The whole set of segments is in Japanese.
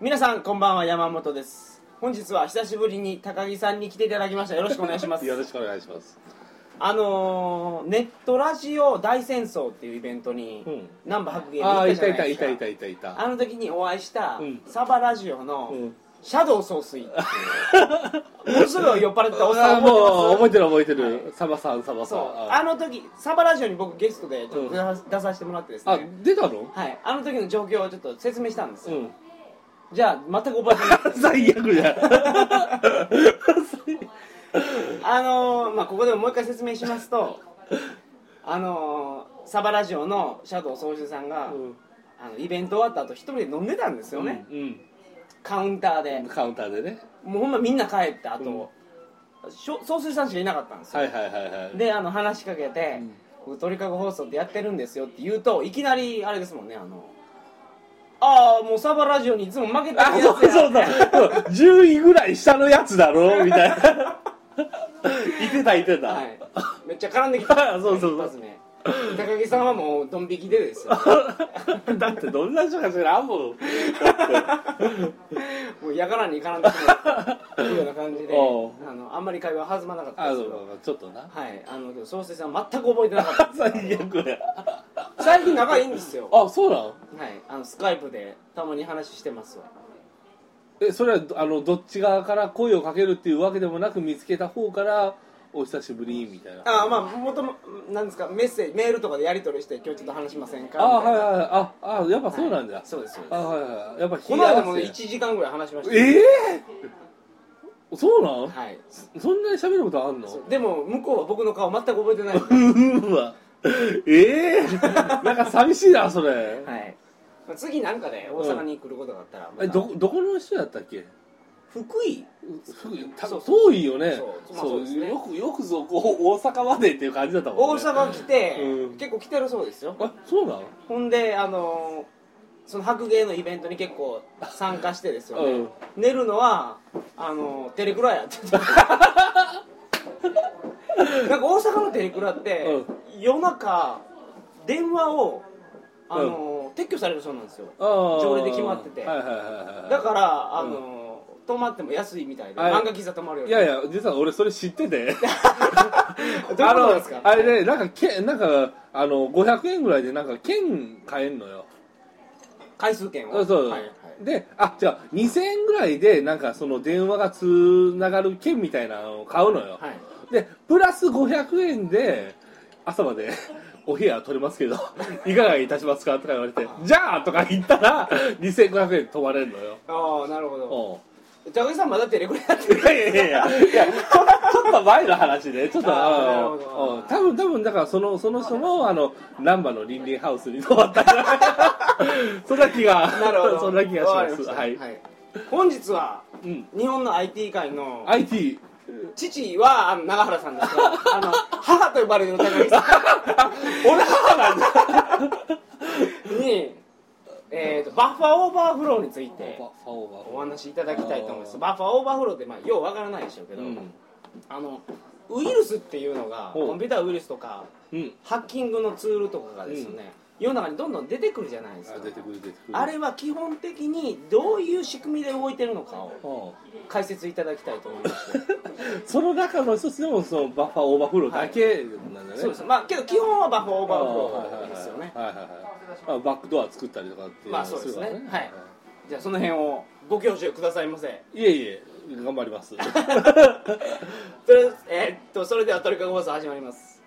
皆さんこんばんは山本です本日は久しぶりに高木さんに来ていただきましたよろしくお願いします よろしくお願いしますあのー、ネットラジオ大戦争っていうイベントに、うんナンバー白芸にあ行あっいたじたゃいなたいですいかたいたいたいたあの時にお会いした、うんサバラジオの、うんシャドウ総帥っていうものすごい酔っ払ってたおっさあんー覚えてますもう覚えてる覚えてる、はサバさんサバさそんうああの時サバラジオに僕ゲストでちょっと出さ,、せてもらってですねあ出たのはい、あの時の状況をちょっと説明したんですうよ、んじゃあ全く覚えてない 最悪じゃんあのーまあここでももう一回説明しますとあのーサバラジオのシャドウ総帥さんが、 うんあのイベント終わった後一人で飲んでたんですよね、うんカウンターでカウンターでねもうほんまみんな帰った後、しょ総帥さんしかいなかったんですよ、はいはいはいはいであの話しかけて「僕鳥かご放送ってやってるんですよ」って言うといきなりあれですもんねあのああもうサバラジオにいつも負けてるやつあや そうそうそう10位ぐらい下のやつだろみ たいないてたいてた、はい、めっちゃ絡んできた そうそうそう一発目高木さんはもうドン引きでですよだってどんな人かしらあんもんもうやからに絡んでくるような感 じでおうあのあんまり会話弾まなかったあんでそすけどうちょっとなはいあのけど総帥さん全く覚えてなかったです最悪や 最近仲いいんです よあそうなんはいあのスカイプでたまに話してますわえそれはあのどっち側から声をかけるっていうわけでもなく見つけた方からお久しぶりみたいなああまあもともなんですかメッセージメールとかでやり取りして今日ちょっと話しませんかあみたはいいなはいはいああやっぱそうなんだ、そうですそうですあはいはいはいやっぱこの間も冷ね1や汗時間ぐらい話しましたよええそうなん、はいそんなに喋ることあんのそうでも向こうは僕の顔全く覚えてない んでうわええなんか寂しいなそれ、はい、まあ、次なんかで大阪に来ることがあったら、またえどどこの人やったっけ福井たそう遠いよねそうまあそうですねよくよくぞこう大阪までっていう感じだったも大んね阪来て、うん結構来てるそうですよあそうなんほんであのーその白芸のイベントに結構参加してですよね、うん寝るのはあのーテレクラや ってたなんか大阪のテレクラって、夜中電話をあのー、撤去されるそうなんですよ条条例で決まっててはいはいはいはいだからあのー、泊まっても安いみたいではい漫画喫茶泊まるよいやいや実は俺それ知っ ててどういうことですかあのあれねなんかけなんかあの500円ぐらいでなんか券買えんのよ回数券をそうそう、はいはいであじゃあ2000円ぐらいでなんかその電話がつながる券みたいなのを買うのよ、はいでプラス500円で朝まで お部屋取れま すけどいかがいたしますかとか言われてじゃあとか言ったら2500円泊まれるのよああなるほどうん高木さんまだテレクラやっているやいやいやいやちょちょっと前の話でちょっとあーあなるのほどうん多分多分だからそのその人もあの難波のリンリンハウスに泊ま ったんじゃないそんな気がなるほどそんな気がわかりしますしたはい、はい本日はうん、日本の IT 界の IT 父はあの長原さんです けどあの母と呼ばれてる高木さ俺母なんだん にえーとバッファーオーバーフローについておフ話しいただきたいと思いまあすーバッファーオーバーフローって、まあ、ようわからないでしょうけど、うんあのウイルスっていうのがほうコンピューターウイルスとかうんハッキングのツールとかがですよね、世の中にどんどん出てくるじゃないですあか出てくる出てくるあれは基本的にどういう仕組みで動いてるのかをうん解説いただきたいと思いましてその中の一つでもそのバッファーオーバーフローだけなんだね、そうですまあけど基本はバッファーオーあバーーフはいはいロはいーですよねはいはいはいまあバックドア作ったりとかっていのまあそうですねするからはいじゃあその辺をご教授くださいませいえいえ頑張ります とりあえずえーっとそれではトリカゴ放送始まります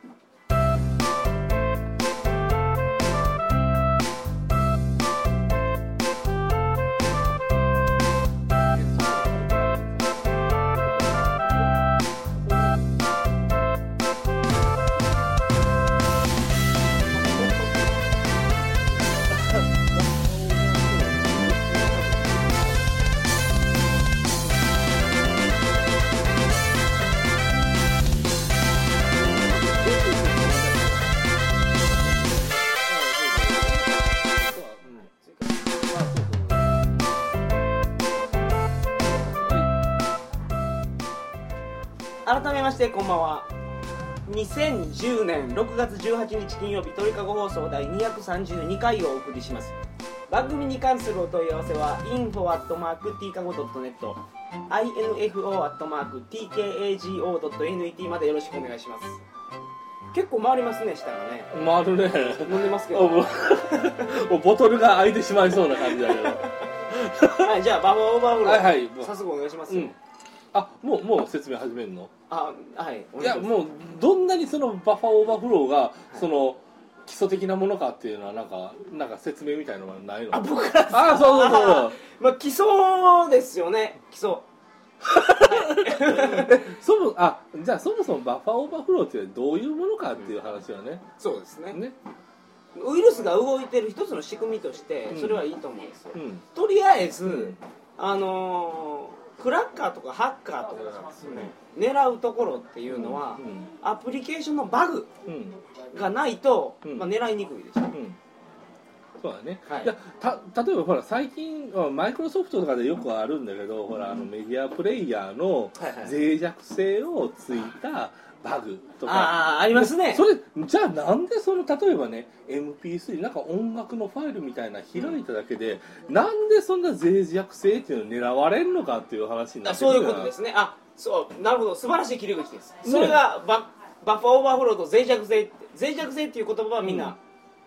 改めましてこんばんは2010年6月18日金曜日トリカゴ放送第232回をお送りします番組に関するお問い合わせは info.tkago.net info.tkago.net までよろしくお願いします結構回りますね下がね回るね飲んでますけおど ももうボトルが開いてしまいそうな感じだけど はいじゃあババオーバーフローはいはいもう早速お願いしますうよ、んあもうもう説明始めるのあはいおいや願しますもうどんなにそのバッファーオーバーフローがいその基礎的なものかっていうのはなんかなんか説明みたいのはないのああ僕らあそうそうそうまあ基礎ですよね基礎そもあじゃあそもそもバッファーオーバーフローってどういうものかっていう話はね,、そうですねねウイルスが動いてる一つの仕組みとしてうんそれはいいと思うんですよ、うんとりあえず、あのークラッカーとかハッカーとかが狙うところっていうのは、アプリケーションのバグうんうんがないと、うんまあ、狙いにくいでしょ、うんそうだね、はいいやた例えばほら最近あマイクロソフトとかでよくあるんだけど、ほらあのメディアプレイヤーのはいはい脆弱性をついたバグとか、ああありますねそれじゃあなんでその例えばね MP3 なんか音楽のファイルみたいな開いただけで、なんでそんな脆弱性っていうのを狙われんのかっていう話になあってくるそういうじゃんことですねあそうなるほど素晴らしい切り口ですねそれがババッファーオーバーフローと脆弱性脆弱性っていう言葉はみんな、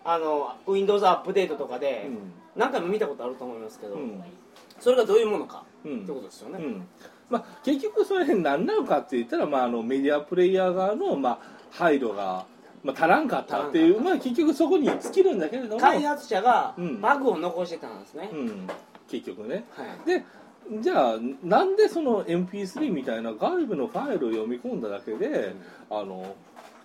あの Windows アップデートとかで、何回も見たことあると思いますけど、うんうんそれがどういうものか、うんってことですよね、うんまあ、結局それ何なのかって言ったら、まあ、あのメディアプレイヤー側の、まあ、配慮が、まあ、足らんかったっていう、まあ、結局そこに尽きるんだけれども、開発者がうんバグを残してたんですね、うん、結局ねはいでじゃあなんでその MP3 みたいな外部のファイルを読み込んだだけで、あの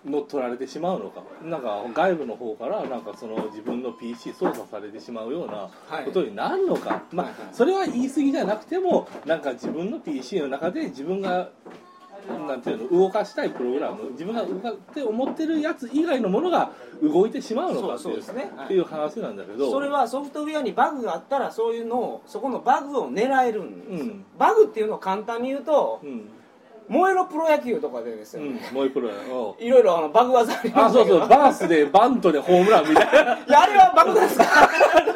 乗っ取られてしまうのかなんか外部の方からなんかその自分の PC 操作されてしまうようなはいことになるのか、まはいはいあ、それは言い過ぎじゃなくてもなんか自分の PC の中で自分がなんていうの動かしたいプログラム自分が動かって思ってるやつ以外のものが動いてしまうのかってそうそういうですねはいっていう話なんだけどそれはソフトウェアにバグがあったらそういうのをそこのバグを狙えるんですよ、うんバグっていうのを簡単に言うとうん、燃えろプロ野球とかでですようんね、、もう一個だよいろいろあのバグ技ありまあ、すそうけどそう、バースでバントでホームランみたいな。いやあれはバグなんですか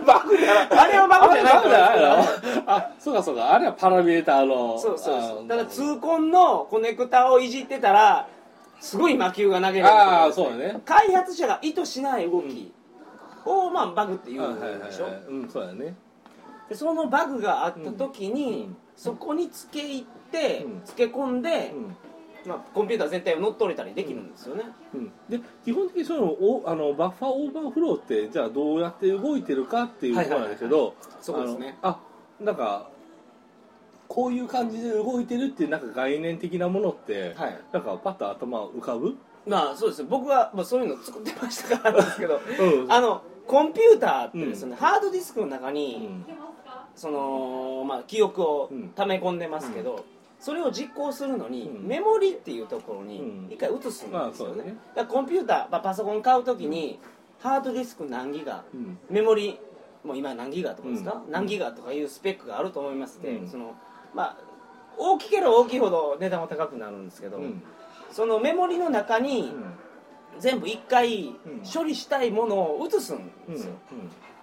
バグあれはバグあじれゃないなと思んうんですけどだ、あれあ、そうかそうか、あれはパラメーターの。そうそうそあうただ痛恨のコネクタをいじってたらすごい魔球が投げれるあーそうだね開発者が意図しない動きを、まあ、バグって言はういんはいはいでしょ、はい。うん、そうだね。でそのバグがあった時に、うんそこに付け入って、うん付け込んで、うん。まあ、コンピューター全体を乗っ取れたりできるんですよね、うん、で基本的にそのおあのバッファーオーバーフローってじゃあどうやって動いてるかっていうところなんだけどそうですねあのあなんかこういう感じで動いてるっていうなんか概念的なものって、はいなんかパッと頭浮かぶ、まあそうです僕は、まあ、そういうの作ってましたからなんですけどうんあのコンピューターってですね、ハードディスクの中うに、んその、まあ、記憶をうん溜め込んでますけど、それを実行するのに、うんメモリっていうところにうん一回移すんまあですそよね,、うだねだからコンピューター、まあ、パソコン買うときに、ハードディスク何ギガうんメモリもう今何ギガとかですか、うん何ギガとかいうスペックがあると思いますで、うんそのまあ大きければ大きいほど値段は高くなるんですけど、うんそのメモリの中うにん全部一回処理したいものを移すんうんですよ、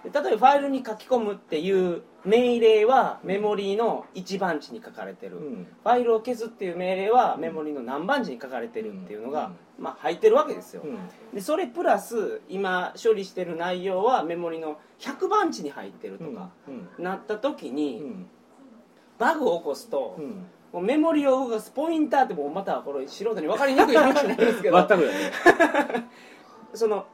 で例えばファイルに書き込むっていう命令はメモリーの一番地に書かれてる、うんうんファイルを消すっていう命令はメモリーの何番地に書かれてるっていうのが、まあ、入ってるわけですよ、うんでそれプラス今処理してる内容はメモリーの100番地に入ってるとか、うんなった時うに、んバグを起こすと、うんもうメモリーを動かすポインターってもうまたこれ素人に分かりにくい話になるんですけ 全どくだねその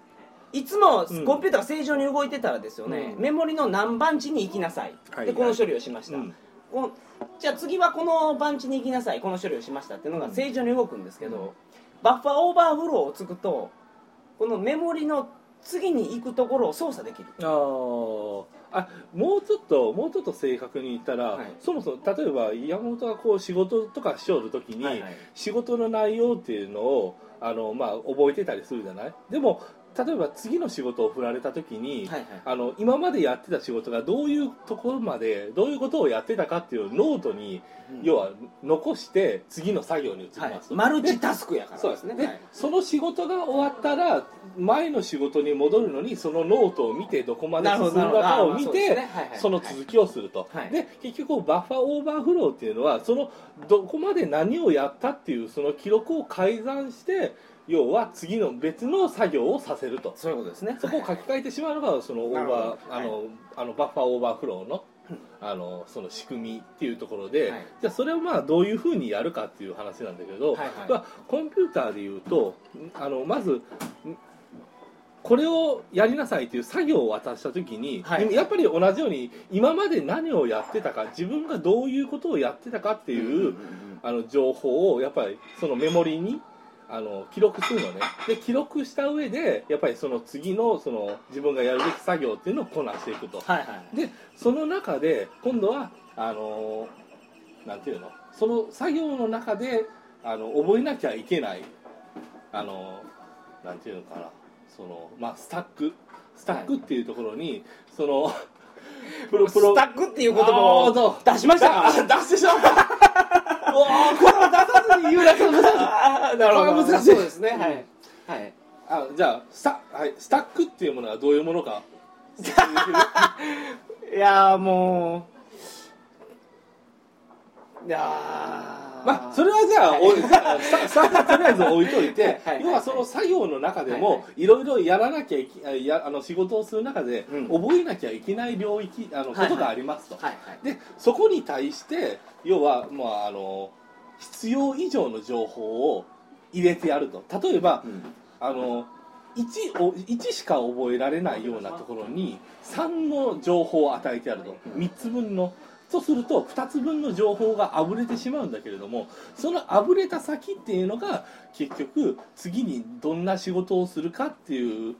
いつもコンうんピューターが正常に動いてたらですよね、うんメモリの何番地に行きなさい、はいでこの処理をしました、うんこのじゃあ次はこの番地に行きなさいこの処理をしましたっていうのが正常に動くんですけど、うんバッファーオーバーフローをつくとこのメモリの次に行くところを操作できるあーあもうちょっともうちょっと正確に言ったら、はいそもそも例えば山本がこう仕事とかしおる時に、はいはい仕事の内容っていうのをあの、まあ、覚えてたりするじゃないでも例えば次の仕事を振られた時に、はいはいあの今までやってた仕事がどういうところまでどういうことをやってたかっていうノートに、うん要は残して次の作業に移りはまいすと、マルチタスクやからそうですねで、はいその仕事が終わったら前の仕事に戻るのにそのノートを見てどこまでなるほ進んどなだるほどかを見て、あーまあそうですねはいはいその続きをすると、はいで結局バッファーオーバーフローっていうのはそのどこまで何をやったっていうその記録を改ざんして要は次の別の作業をさせるとそういうことですねそこを書き換えてしまうのがそのオーなるほバーどあの、あのバッファーオーバーフローのあのその仕組みっていうところで、はいじゃあそれをまあどういうふうにやるかっていう話なんだけど、はいはいまあコンピューターでいうとあのまずんこれをやりなさいっていう作業を渡した時に、はいやっぱり同じように今まで何をやってたか自分がどういうことをやってたかっていう、うんうんうんあの情報をやっぱりそのメモリにあの記録するのねで記録した上でやっぱりその次のその自分がやるべき作業っていうのをこなしていくとはいはいでその中で今度はあのなんていうのその作業の中であの覚えなきゃいけないあのなんていうのかなそのまあスタックスタックっていうところに、そ のプロプロスタックっていう言葉あーどうを出しましたか出してしま ったうわーこれは出さずに言うだけの難しい あーなるほこれどは難しいそうですねはいはいあじゃあスタ,、はい、スタックっていうものはどういうものか いやーもういやーまあそれはじゃあおいじゃあスタスタックはとりあえず置いといて、はいはいはい要はその作業の中ではも、いはいろいろやらなきゃいけあやあの仕事をする中で、うん覚えなきゃいけない領域あのはいはいことがありますと、はいはいでそこに対して要は、まあ、あの必要以上の情報を入れてやると例えば、うんあの 1, を1しか覚えられないようなところに3の情報を与えてあるとうん3つ分のとすると2つ分の情報があぶれてしまうんだけれどもそのあぶれた先っていうのが結局次にどんな仕事をするかっていう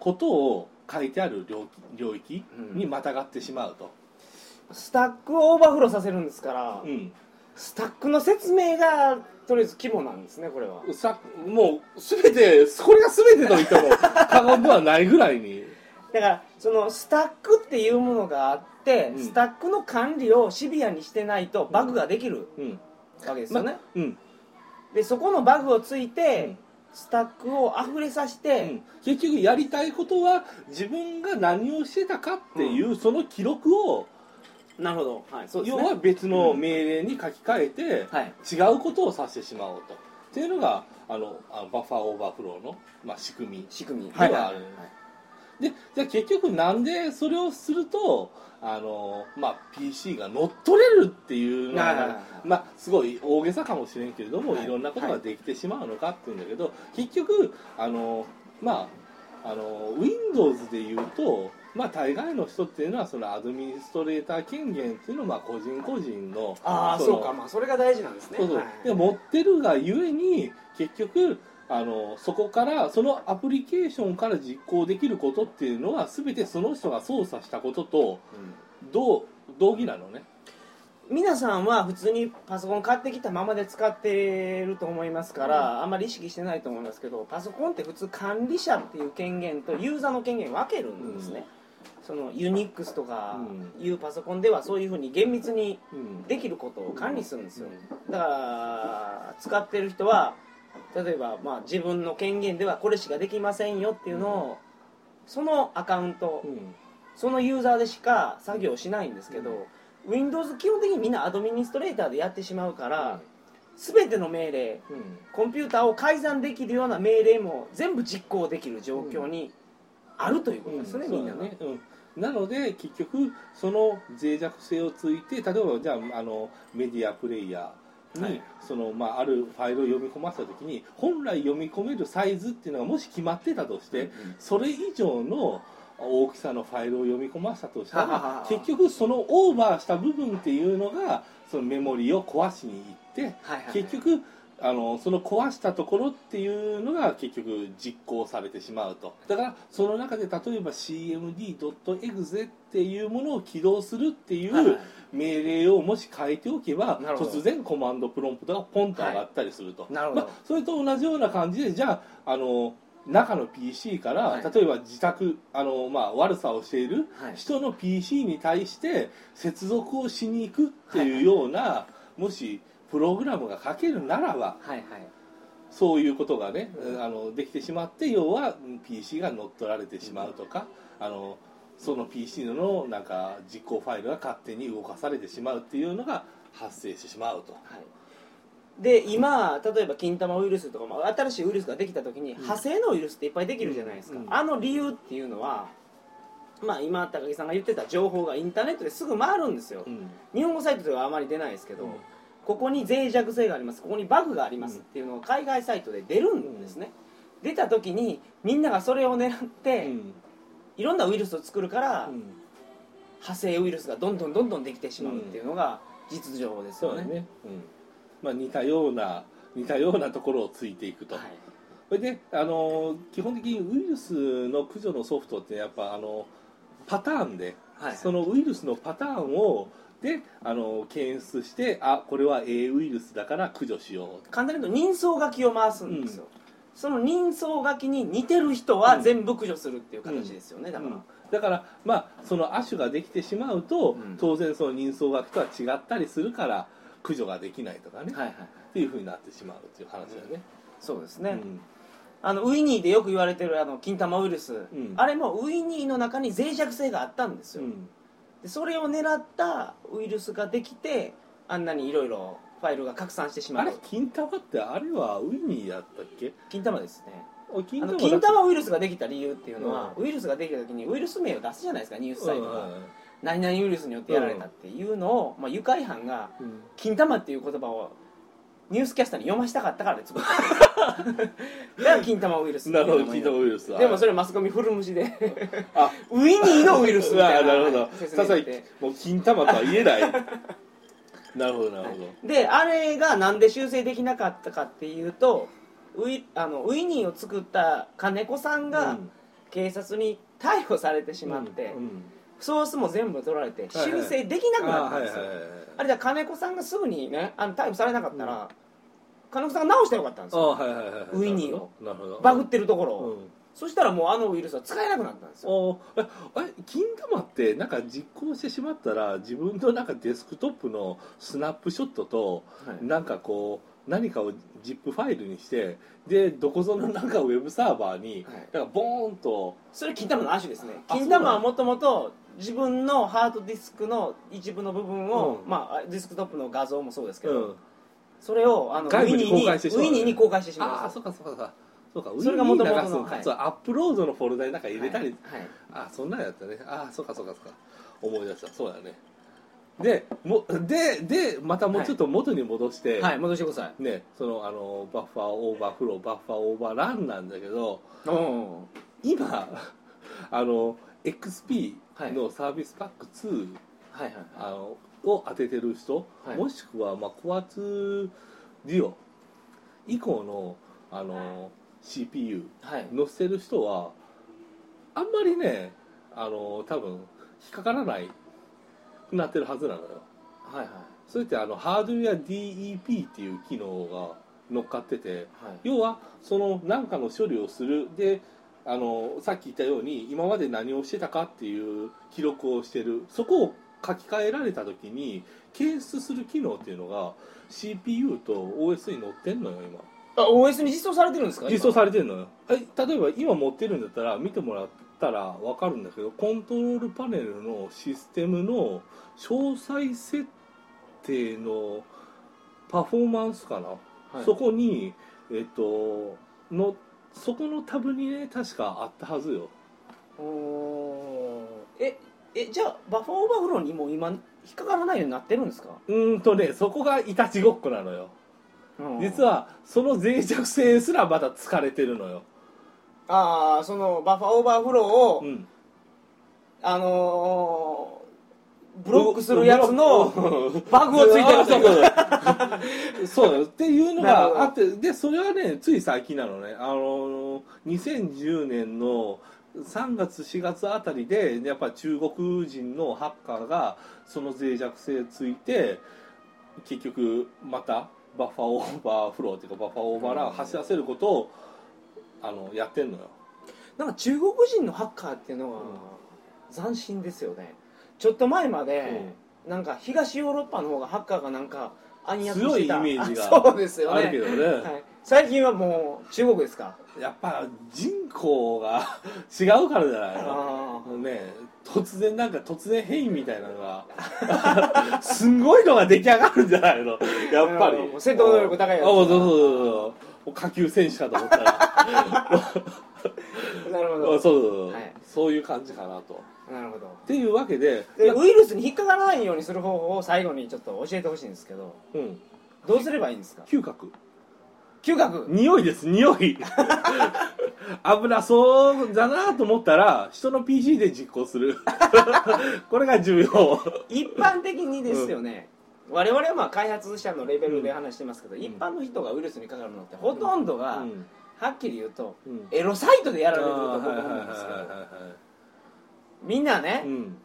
ことを書いてある領領域にまたがってしまうと、スタックをオーバーフローさせるんですから、うん、スタックの説明がとりあえず規模なんですねこれはさもう全てこれが全てと言っても 過言ではないぐらいに。だからそのスタックっていうものがあって、うんスタックの管理をシビアにしてないとバグができるうんわけですよね、まうんでそこのバグをついうてん、スタックを溢れさせうんて、結局やりたいことは自分が何をしてたかっていう、その記録を、なるほどはいそうです要ねは別の命令に書き換えて、はい違うことをさせてしまおうとっていうのがあのあのバッファーオーバーフローの、まあ、仕組み仕組みはい要ははいでじゃあ結局なんでそれをするとあの、まあ、PC が乗っ取れるっていうのはいはいはいは、まあ、すごい大げさかもしれんけれども、はいい、ろんなことができてしまうのかっていうんだけど結局あの、まあ、あの Windows でいうと、まあ、大概の人っていうのはそのアドミニストレーター権限っていうのは、まあ、個人個人のああそそのうかまあそれが大事なんですねそうそうはいで持ってるがゆえに結局あのそこからそのアプリケーションから実行できることっていうのは全てその人が操作したことと同同義なのね皆さんは普通にパソコン買ってきたままで使ってると思いますから、あんまり意識してないと思いますけどパソコンって普通管理者っていう権限とユーザーの権限分けるんですね、そのユニックスとかいうパソコンではそういうふうに厳密にうんできることを管理するんですよだから使ってる人は例えば、まあ、自分の権限ではこれしかできませんよっていうのをそのアカウントうんそのユーザーでしか作業しないんですけど、Windows 基本的にみんなアドミニストレーターでやってしまうから、全ての命令うんコンピューターを改ざんできるような命令も全部実行できる状況にあるということですね、みんなそうがだね、うん、なので結局その脆弱性をついて例えばじゃああのメディアプレイヤーに、はいそのまあ、あるファイルを読み込ませた時に本来読み込めるサイズっていうのがもし決まってたとして、それ以上の大きさのファイルを読み込ませたとしたはははらは結局そのオーバーした部分っていうのがそのメモリを壊しに行ってはいはい結局あのその壊したところっていうのが結局実行されてしまうとだからその中で例えば cmd.exe っていうものを起動するっていはいはいう命令をもし変えておけばなるほど突然コマンドプロンプトがポンと上がったりすると、なるほどまあ、それと同じような感じでじゃああの中の PC から、はい例えば自宅あの、まあ、悪さをしているはい人の PC に対して接続をしに行くっていうような、もしプログラムが書けるならばはいはいそういうことがね、うんあのできてしまって要はうん PC が乗っ取られてしまうとか、あのその PC のなんか実行ファイルが勝手に動かされてしまうっていうのが発生してしまうと。はい、で今例えば金玉ウイルスとかも新しいウイルスができた時に派生のウイルスっていっぱいできるじゃないですか、うんあの理由っていうのはまあ今高木さんが言ってた情報がインターネットですぐ回るんですよ、うん日本語サイトではあまり出ないですけど、うんここに脆弱性がありますここにバグがありますっていうのを海外サイトで出るんですね、出た時にみんながそれを狙って、うんいろんなウイルスを作るから、うん派生ウイルスがどんどんどんどんできてしまうっていうのが実情ですそようね,、だね、うんまあ、似たような似たようなところをついていくと、はいそれであの基本的にウイルスの駆除のソフトってやっぱあのパターンで、はいはいそのウイルスのパターンをであの検出してあこれは A ウイルスだから駆除しよ簡単に言うと人相書きを回すんですよ、その人相書きに似てる人は全部駆除するっていう形ですよね、う、だから、だからまあその亜種ができてしまうと、うん当然その人相学とは違ったりするから駆除ができないとかね、はいはいっていうふうになってしまうっていう話だよね、そうですね、うんあのウイニーでよく言われてるあの金玉ウイルス、んあれもウイニーの中に脆弱性があったんですうよ、んでそれを狙ったウイルスができてあんなにいろいろファイルが拡散してしまあれう金玉ってあれはウィニーだったっけ金玉ですねお金あの玉だ金玉ウイルスができた理由っていうのは、うウイルスができた時にウイルス名を出すじゃないですかニュースサイトが、う何々ウイルスによってやられたっていうのを、まあ、愉快犯がん「金玉」っていう言葉をニュースキャスターに読ましたかったからで作 っただから金玉ウイルスうんっていなうるほ名ど前金玉ウイルスでもそれれマスコミ古虫であウイニーのウイルスみたいな あなるほど説さ明さいしてもう金玉とは言 えないなるほどなるほどであれがなんで修正できなかったかっていうとウイあのウイニーを作った金子さんがうん警察に逮捕されてしまって、うんうんソースも全部取られてはいはい修正できなくなあったはんいではすいよはいあれじゃ金子さんがすぐにねあの逮捕されなかったら、金子さんが直してよかったんですあよはいはいはいウィニーをなるほどバグってるところを、うんそしたらもうあのウイルスは使えなくなったんですよおええ金玉ってなんか実行してしまったら自分のなんかデスクトップのスナップショットとはいなんかこう何かを ZIP ファイルにしてでどこぞのなんかウェブサーバーにはいなんかボーンとそれ金玉の亜種ですねあ金玉はもともと自分のハードディスクの一部の部分を、うんまあ、ディスクトップの画像もそうですけうど、んそれをあのウ外ィ部にニーに公開してしまうウィニーに公開してしまうんですあよあそうかそうかそうかそうかそれがウィニ元々のーに流すのかはいそうアップロードのフォルダになんか入れたり、はいはいああそんなんやったねああそうかそうかそうか思い出したそうだねでもででまたもうちょっと元に戻して、はい、戻してくださいね、そのあのバッファーオーバーフローバッファーオーバーランなんだけどお今あの XP はいのサービスパック2、はいはいあのを当ててる人、はいもしくは、まあ、コア2ディオ以降のあの CPU はい載せてる人はあんまりねあの多分引っかからないくなってるはずなのよはいはいそれってあのハードウェア DEP っていう機能が乗っかっててはい要はその何かの処理をするであのさっき言ったように今まで何をしてたかっていう記録をしてるそこを書き換えられた時に検出する機能っていうのが CPU と OS に載ってんのよ今あ OS に実装されてるんですか今実装されてるのよえ例えば今持ってるんだったら見てもらったら分かるんだけどコントロールパネルのシステムの詳細設定のパフォーマンスかな、はいそこにえっとのそこのタブにね確かあったはずよおーええじゃあバッファーオーバーフローにもう今引っかからないようになってるんですか、うーんとねそこがいたちごっこなのよ実はその脆弱性すらまだ疲れてるのよ、ああそのバッファーオーバーフローを、うん、あのーブロックするやつのバグをついてるというるそうそうっていうのなるほどがあってでそれはねつい最近なのねあの2010年の3月4月あたりでやっぱ中国人のハッカーがその脆弱性ついて結局またバッファーオーバーフローっていうかバッファーオーバーランを走らせることをあのやってんのよなんか中国人のハッカーっていうのは斬新ですよねちょっと前まで、なんか東ヨーロッパの方がハッカーがなんか暗躍してた強いイメー ジが そうですよあねるけどね、はい、最近はもう中国ですかやっぱ人口が違うからじゃないのあもうね突然なんか突然変異みたいなのが すんごいのが出来上がるんじゃないのやっぱなるほどり戦闘能力高いやつあそうそうそうそうもう下級戦士かと思った らあなるほどそうそうそう、はいそういう感じかなとなるほどっていうわけででなウイルスに引っかからないようにする方法を最後にちょっと教えてほしいんですけどうん、どうすればいいんですか嗅覚嗅覚匂いです匂い 危なそうだなと思ったら人の PC で実行する これが重要一般的にですよね、我々はまあ開発者のレベルで話してますけど、一般の人がウイルスにかかるのってほとんどが、うんはっきり言うとうんエロサイトでやられてるとあー僕ははいはい思はうんですけいどはいはみんないね、うん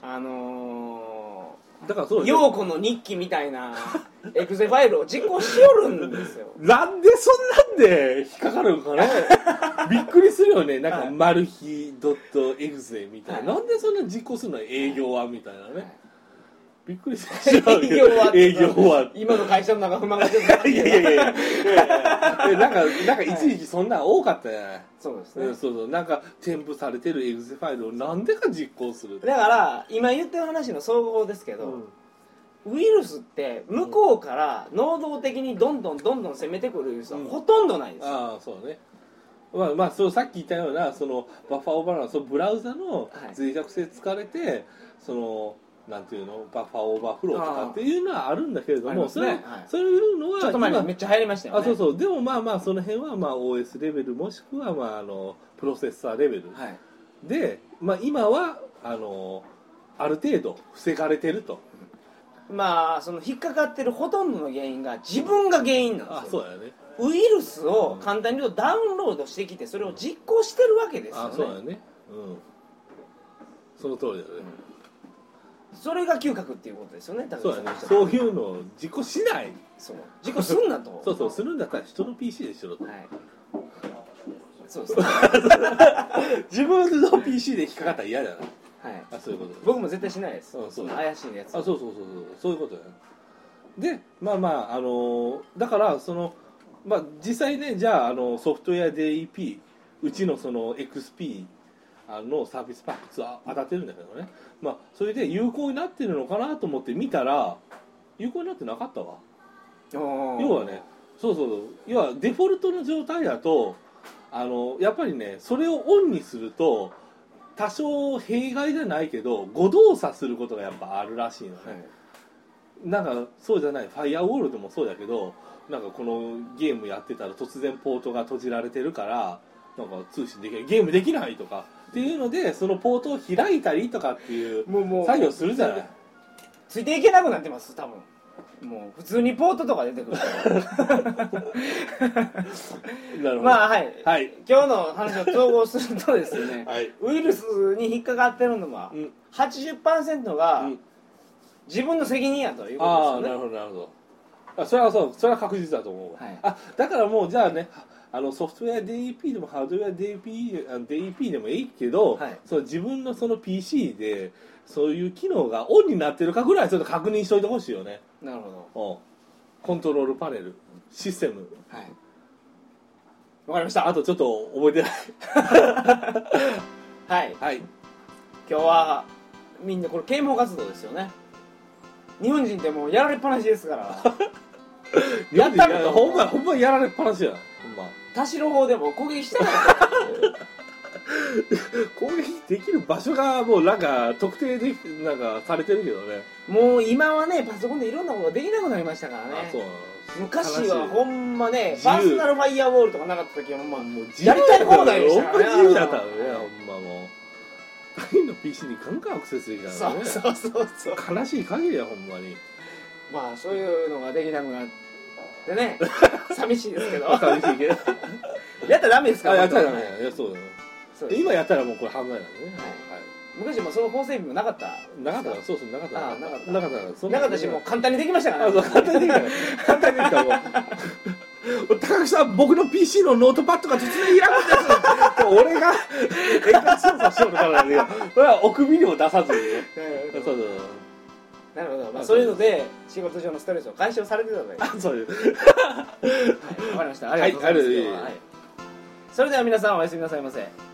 あのだから そうー、です陽子の日記みたいなエクゼファイルを実行しよるんですよなんでそんなんで引っかかるんかね びっくりするよねなんはかいマル秘ドットエグゼみたいな、はいなんでそんな実行するの営業はみたいなね、はいびっくりす営るよね業は 営業 は今の会社の中不満が出てるいやいやいやいや いやなんかなんか一時期そんなん多かったじゃない、そうですね、うん、そうそうなんか添付されてるエグゼファイルをなんでか実行するだから今言ってる話の総合ですけうど、んウイルスって向こうから能動的にどんどんどんどん攻めてくるウイルスはほとんどないです、ああそうねまあまあそうさっき言ったようなそのバッファーオーバーランスそのブラウザのはい脆弱性疲れて、そのなんていうのバッファーオーバーフローとかっていうのはあるんだけれどありも、ますそれねははいそういうのはちょっと前にめっちゃ流行りましたよねあそうそうでもまあまあその辺はまあ OS レベルもしくはまああのプロセッサーレベルはいで、まあ、今はあのある程度防がれてるとまあその引っかかってるほとんどの原因が自分が原因なんですよあそうだよねウイルスを簡単に言うとダウンロードしてきてそれを実行してるわけですよねあそうだよねうんその通りだよね、それが嗅覚っていうことですよねそうだねさんそおっうしゃったいうのを実行しないそう自己すんなとそうそうするんだったら人の PC でしろとはいそうですね自分の PC で引っかかったら嫌だなはいあそういうことだ僕も絶対しないです、うんそうだ怪しいやつあそうそうそうそうそういうことだよでまあまああのーだからそのまあ実際ねじゃあ、あのソフトウェア DEP うちのその XP あのサービスパックスは当たってるんだけどねまあそれで有効になってるのかなと思って見たら有効になってなかったわ要要はねそうそうそう要はデフォルトの状態だとあのやっぱりねそれをオンにすると多少弊害じゃないけど誤動作することがやっぱあるらしいのね、なんかそうじゃないファイアウォールでもそうだけどなんかこのゲームやってたら突然ポートが閉じられてるからなんか通信できないゲームできないとかっていうのでそのポートを開いたりとかっていうもうもう作業するじゃないついていけなくなってます多分もう普通にポートとか出てくる なるほど まあはい、はい今日の話を統合するとですね、はいウイルスに引っかかってるのはうん80%がうん自分の責任やというあこあとでなするよねほどなるほどあそれはそうそれは確実だと思うわ、はいあだからもうじゃあねあのソフトウェア DEP でもハードウェア DEP, あ DEP でもいいけど、はいその自分のその PC でそういう機能がオンになってるかぐらいちょっと確認しといてほしいよねなるほどうんコントロールパネルシステムはいわかりましたあとちょっと覚えてないはい はい今日はみんなこれ啓蒙活動ですよね日本人ってもうやられっぱなしですから やったこといやほんまほんまやられっぱなしやなほんま田代法でも攻撃してない 攻撃できる場所がもうなんか特定できなんかされてるけどねもう今はねパソコンでいろんなことができなくなりましたからねあそうなの昔はほんまね自由パーソナルファイアウォールとかなかった時はほんまもう 自由やりたい放題でしたよからね自由だったのねほんまもう他人の PC にガンガンアクセスできたからそねうそうそうそう悲しい限りやほんまにまあそういうのができなくなってね 寂しいですけど悲しいけどやったらダメですかあやらったらねいやそうだねそうです今やったらもうこれ販売なんでね昔もその法整備もなかったはいなかったからそうそうなかったあなかったなかったからそんなかったしもう簡単にできましたかあらそうね簡単にできたから簡単にできたも高木さん僕の PC のノートパッドが突然いらんです俺が遠隔操作しようとかなんだけどこれはお首にも出さずにねそうそうそう なるほど、まあ、そういうので仕事上のストレスを解消されてたというあそういうわかりました。ありがとうございます。はいありがとうございますはいそれでは皆さんおやすみなさいませ。